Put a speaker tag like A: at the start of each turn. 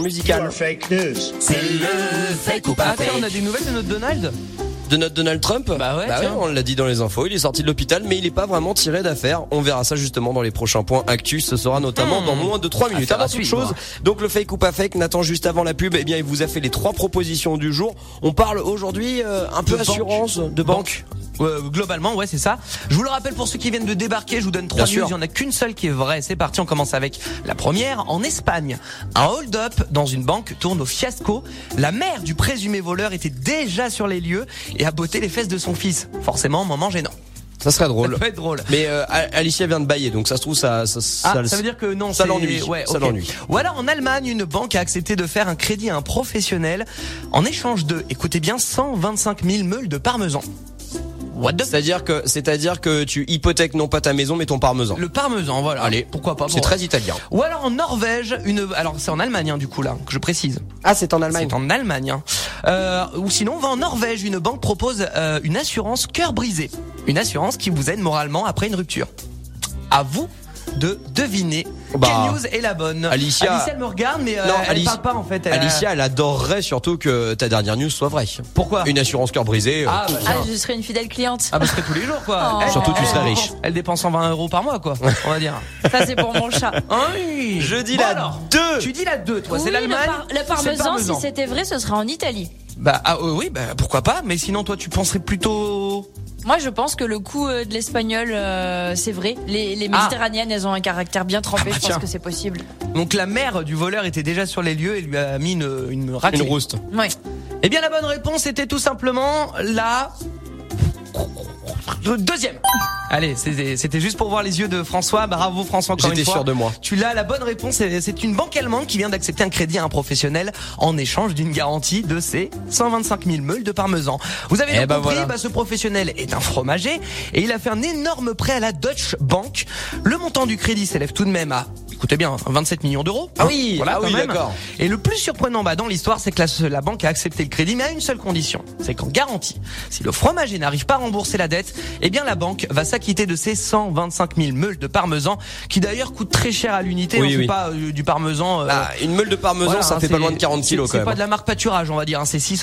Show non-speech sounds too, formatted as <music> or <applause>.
A: musicale.
B: fake news.
A: C'est le fake ou pas
C: Attends, on a des nouvelles de notre Donald
A: De notre Donald Trump
C: Bah ouais, tiens.
A: On l'a dit dans les infos, il est sorti de l'hôpital, mais il n'est pas vraiment tiré d'affaire. On verra ça justement dans les prochains points actus. Ce sera notamment
C: Hmm.
A: dans moins de 3 minutes.
C: Affaire à
A: Avant toute
C: Ah, suivre.
A: chose, donc le fake ou pas fake, Nathan, juste avant la pub, eh bien, il vous a fait les trois propositions du jour. On parle aujourd'hui euh, un peu
C: De banque.
A: assurance, de banque.
C: Euh, globalement, ouais, c'est ça. Je vous le rappelle pour ceux qui viennent de débarquer, je vous donne trois
A: Bien
C: news.
A: sûr.
C: Il y en a qu'une seule qui est vraie. C'est parti. On commence avec la première. En Espagne, un hold-up dans une banque tourne au fiasco. La mère du présumé voleur était déjà sur les lieux et a botté les fesses de son fils. Forcément, moment gênant.
A: Ça serait
C: Ça
A: drôle.
C: peut être drôle.
A: Mais euh, Alicia vient de bailler, donc ça se trouve, ça, ça,
C: Ah,
A: le-
C: ça, veut dire que non,
A: ça
C: c'est-
A: l'ennuie.
C: Ouais,
A: Ça
C: ok.
A: l'ennuie.
C: Ou alors en Allemagne, une banque a accepté de faire un crédit à un professionnel en échange de, écoutez bien, 125 000 meules de parmesan. What the
A: C'est-à-dire que, c'est-à-dire que tu hypothèques non pas ta maison, mais ton parmesan.
C: Le parmesan, voilà.
A: Allez.
C: pourquoi pas
A: C'est
C: pour-
A: très italien.
C: Ou alors en Norvège, une. Alors c'est en Allemagne hein, du coup là, que je précise.
A: Ah, c'est en
C: C'est en Allemagne. hein. Euh, ou sinon, on va en Norvège. Une banque propose euh, une assurance cœur brisé, une assurance qui vous aide moralement après une rupture. À vous de deviner
A: Bah,
C: quelle news est la bonne.
A: Alicia-
C: elle me regarde, mais euh,
A: Non,
C: elle
A: Alice-
C: parle pas en fait. Elle,
A: Alicia, elle adorerait surtout que ta dernière news soit vraie.
C: Pourquoi
A: Une assurance cœur brisé. euh,
C: Ah, bah,
D: Ah, je serai une fidèle cliente.
C: ah, bah, ce serait tous les jours quoi.
D: Oh. Surtout,
A: tu
C: elle
A: serais
C: dépense-
A: riche.
C: Elle dépense 120 euros par mois quoi, on va dire.
D: Ça, c'est pour
C: <laughs>
D: mon chat.
A: Ah,
C: Oui.
A: Jeudi
C: Bon,
A: la
C: alors,
A: 2.
C: Tu dis la 2 toi, c'est
D: Oui, le,
C: l'Allemagne.
D: par- le
C: c'est le
D: parmesan, si
C: parmesan.
D: c'était vrai, ce serait en Italie.
C: Bah ah, euh, oui, bah, pourquoi pas, mais sinon toi tu penserais plutôt...
D: Moi, je pense que le coup euh, de l'espagnol, euh, c'est vrai. Les, les
C: Ah.
D: méditerranéennes, elles ont un caractère bien trempé.
C: bah
D: je pense
C: tiens.
D: que c'est possible.
C: Donc la mère du voleur était déjà sur les lieux et lui a mis une, une raclée.
A: Une rouste.
D: Ouais.
C: Eh bien la bonne réponse était tout simplement la... Deuxième Allez, c'était c'était juste pour voir les yeux de François, bravo François encore
A: J'étais
C: une fois.
A: sûr de moi.
C: Tu l'as, la bonne réponse, c'est- c'est une banque allemande qui vient d'accepter un crédit à un professionnel en échange d'une garantie de ses 125 000 meules de parmesan. Vous avez
A: Eh
C: donc
A: ben
C: compris,
A: voilà.
C: bah, ce professionnel est un fromager et il a fait un énorme prêt à la Deutsche Bank. Le montant du crédit s'élève tout de même à, écoutez bien, 27 millions d'euros. hein.
A: Ah oui, ah
C: quand
A: oui,
C: même.
A: d'accord.
C: Et le plus surprenant bah, dans l'histoire, c'est que la, la banque a accepté le crédit, mais à une seule condition, c'est qu'en garantie, si le fromager n'arrive pas à rembourser la dette, eh bien la banque va s'acquitter de ses 125 000 meules de parmesan, qui d'ailleurs coûtent très cher à l'unité.
A: Oui,
C: on fait
A: oui.
C: pas euh, du parmesan. euh,
A: Ah, une meule de parmesan,
C: voilà,
A: ça
C: hein,
A: fait pas
C: c'est-
A: loin de 40
C: c'est-
A: kilos
C: C'est
A: quand
C: pas
A: même. hein.
C: de la marque pâturage, on va dire. hein, c'est 600